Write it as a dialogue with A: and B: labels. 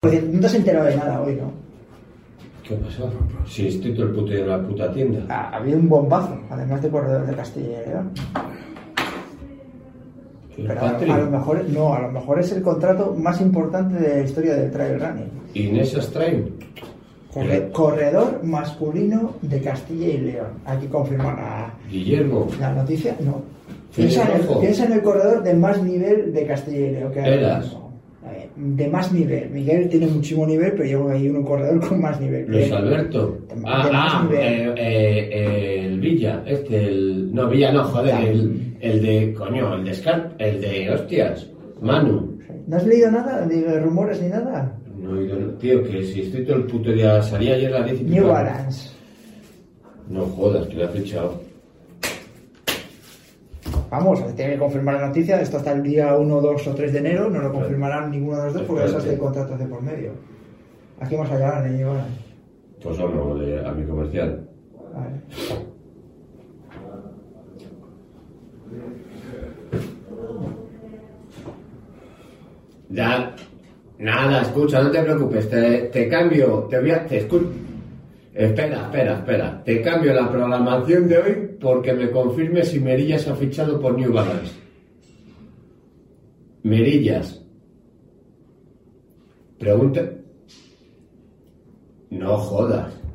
A: Porque no te has enterado de nada hoy, ¿no?
B: ¿Qué ha pasado? Si estoy todo el puto día en la puta tienda.
A: Ha, ha habido un bombazo, además de corredor de Castilla y León.
B: El
A: Pero a,
B: Patri.
A: a lo mejor, no, a lo mejor es el contrato más importante de la historia del trail running.
B: Inés Astrain.
A: Corre-
B: Eh.
A: Corredor masculino de Castilla y León. Hay que confirmar la,
B: Guillermo.
A: la noticia. No.
B: Fidel
A: Piensa en, el,
B: Rojo.
A: piensa en el corredor de más nivel de Castilla y León. Que hay ahora
B: Eras.
A: mismo. A ver, De más nivel. Miguel tiene muchísimo nivel, pero yo hay un corredor con más nivel.
B: Luis
A: Bien.
B: Alberto. Ah,
A: Qué
B: ah,
A: más nivel.
B: eh, eh, el Villa. Este, el. No, Villa no, joder. El, el de. Coño, el de Scar. El de hostias. Manu.
A: ¿No has leído nada de rumores ni nada?
B: No he oído. Tío, que si estoy todo el puto día. Salí ayer a las 10 y
A: New
B: pico.
A: Balance.
B: No jodas, que le ha fichado.
A: Vamos, se tiene que confirmar la noticia. Esto hasta el día 1, 2 o 3 de enero. No lo confirmarán ninguno de los dos porque esas
B: Espérate.
A: de contratos de por medio. Aquí más allá de New Balance.
B: Pues hablo de, a mi comercial.
A: Vale.
B: Ya, nada, escucha, no te preocupes, te, te cambio, te voy a... Te escu- Espera, espera, espera, te cambio la programación de hoy porque me confirme si Merillas ha fichado por New Balance. Merillas. Pregunta... No jodas.